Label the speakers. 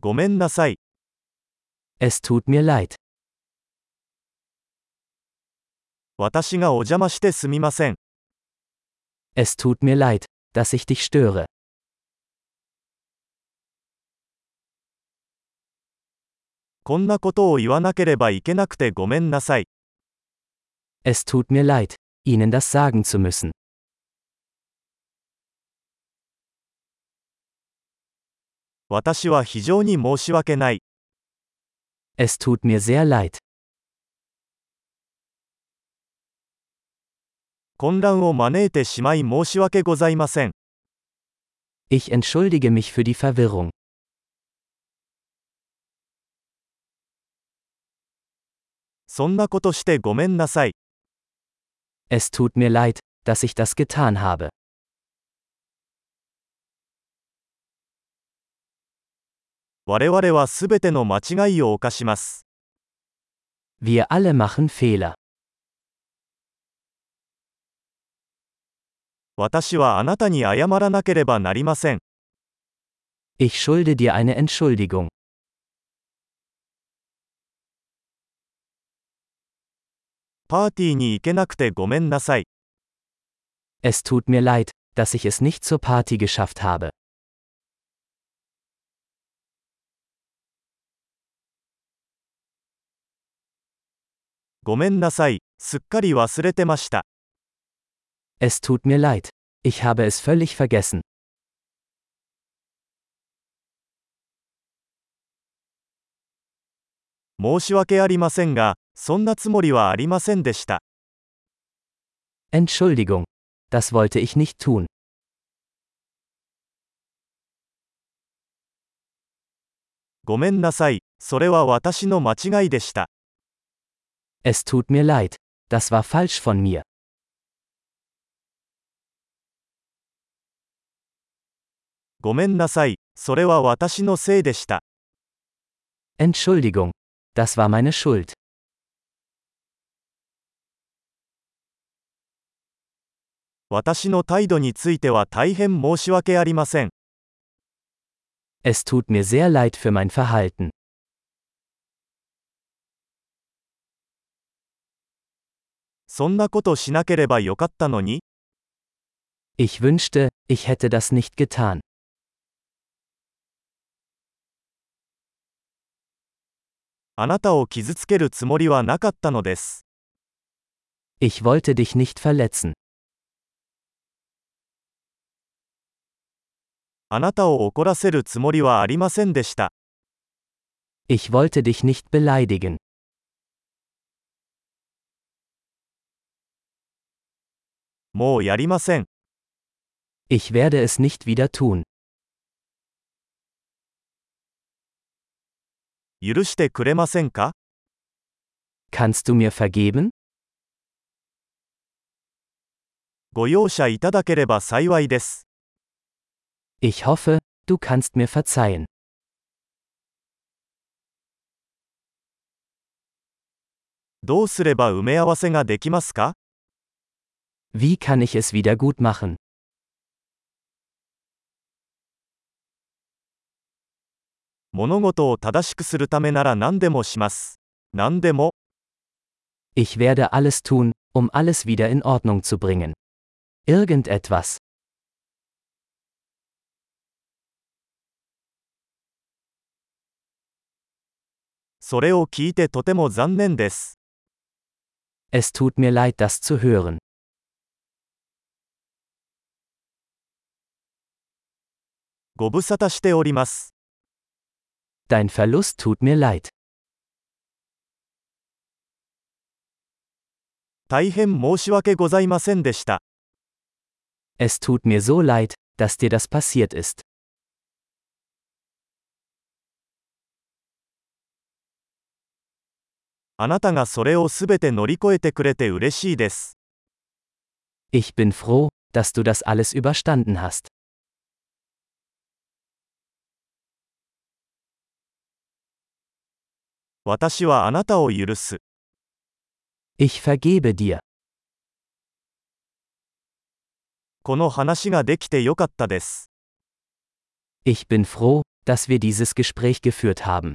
Speaker 1: ごめんなさい。
Speaker 2: Es tut mir leid.
Speaker 1: 私がお邪魔してすみません。
Speaker 2: Es tut mir leid, dass ich dich störe.
Speaker 1: こんなことを言わなければいけなくてごめんなさい。
Speaker 2: Es tut mir leid, Ihnen das sagen zu müssen.
Speaker 1: 私は非常に申し訳ない。
Speaker 2: Es tut mir sehr leid.
Speaker 1: 混乱を招いてしまい申し訳ございません。
Speaker 2: Ich entschuldige mich für die Verwirrung.
Speaker 1: そんなことしてごめんなさい。
Speaker 2: Es tut mir leid, dass ich das getan habe.
Speaker 1: 我々はすべての間違いを犯します。
Speaker 2: Wir alle machen Fehler.
Speaker 1: 私はあなたに謝らなければなりません。
Speaker 2: Ich schulde dir eine Entschuldigung.
Speaker 1: パーティーに行けなくてごめんなさい。
Speaker 2: Es tut mir leid, dass ich es nicht zur Party geschafft habe.
Speaker 1: ごめんなさい。すっかり忘れてました。
Speaker 2: Es tut mir leid. Ich habe es völlig vergessen.
Speaker 1: 申し訳ありませんが、そんなつもりはありませんでした。
Speaker 2: Entschuldigung. Das wollte ich nicht tun.
Speaker 1: ごめんなさい。それは私の間違いでした。
Speaker 2: Es tut mir leid. Das war falsch von mir.
Speaker 1: ごめんなさい。それは私のせいでした。
Speaker 2: Entschuldigung. Das war meine Schuld.
Speaker 1: 私の態度については大変申し訳ありません。
Speaker 2: Es tut mir sehr leid für mein Verhalten.
Speaker 1: そんなことしなければよかったのに、
Speaker 2: Ich wünschte, ich hätte das nicht getan.
Speaker 1: あなたを傷つけるつもりはなかったのです。
Speaker 2: Ich wollte dich nicht verletzen.
Speaker 1: あなたを怒らせるつもりはありませんでした。
Speaker 2: Ich wollte dich nicht beleidigen.
Speaker 1: もうやりません。
Speaker 2: Ich werde es nicht wieder tun.
Speaker 1: 許してくれませんか
Speaker 2: Kannst du mir vergeben?
Speaker 1: ご容赦いただければ幸いです。
Speaker 2: Ich hoffe, du kannst mir verzeihen.
Speaker 1: どうすれば埋め合わせができますか
Speaker 2: Wie kann ich es wieder gut machen?
Speaker 1: 物事を正しくするためなら何でもします。何でも、
Speaker 2: Ich werde alles tun, um alles wieder in Ordnung zu bringen. Irgendetwas.
Speaker 1: それを聞いてとても残念です。
Speaker 2: Es tut mir leid, das zu hören.
Speaker 1: ご無沙汰しております。
Speaker 2: Dein Verlust tut mir leid.
Speaker 1: 大変申し訳ございませんでした。
Speaker 2: Es tut mir so leid, dass dir das passiert ist.
Speaker 1: あなたがそれをすべて乗り越えてくれて嬉しいです。
Speaker 2: Ich bin froh, dass du das alles überstanden hast.
Speaker 1: 私はあなたを許す。
Speaker 2: Ich vergebe dir.
Speaker 1: この話ができてよかったです。
Speaker 2: Ich bin froh, dass wir dieses Gespräch geführt haben.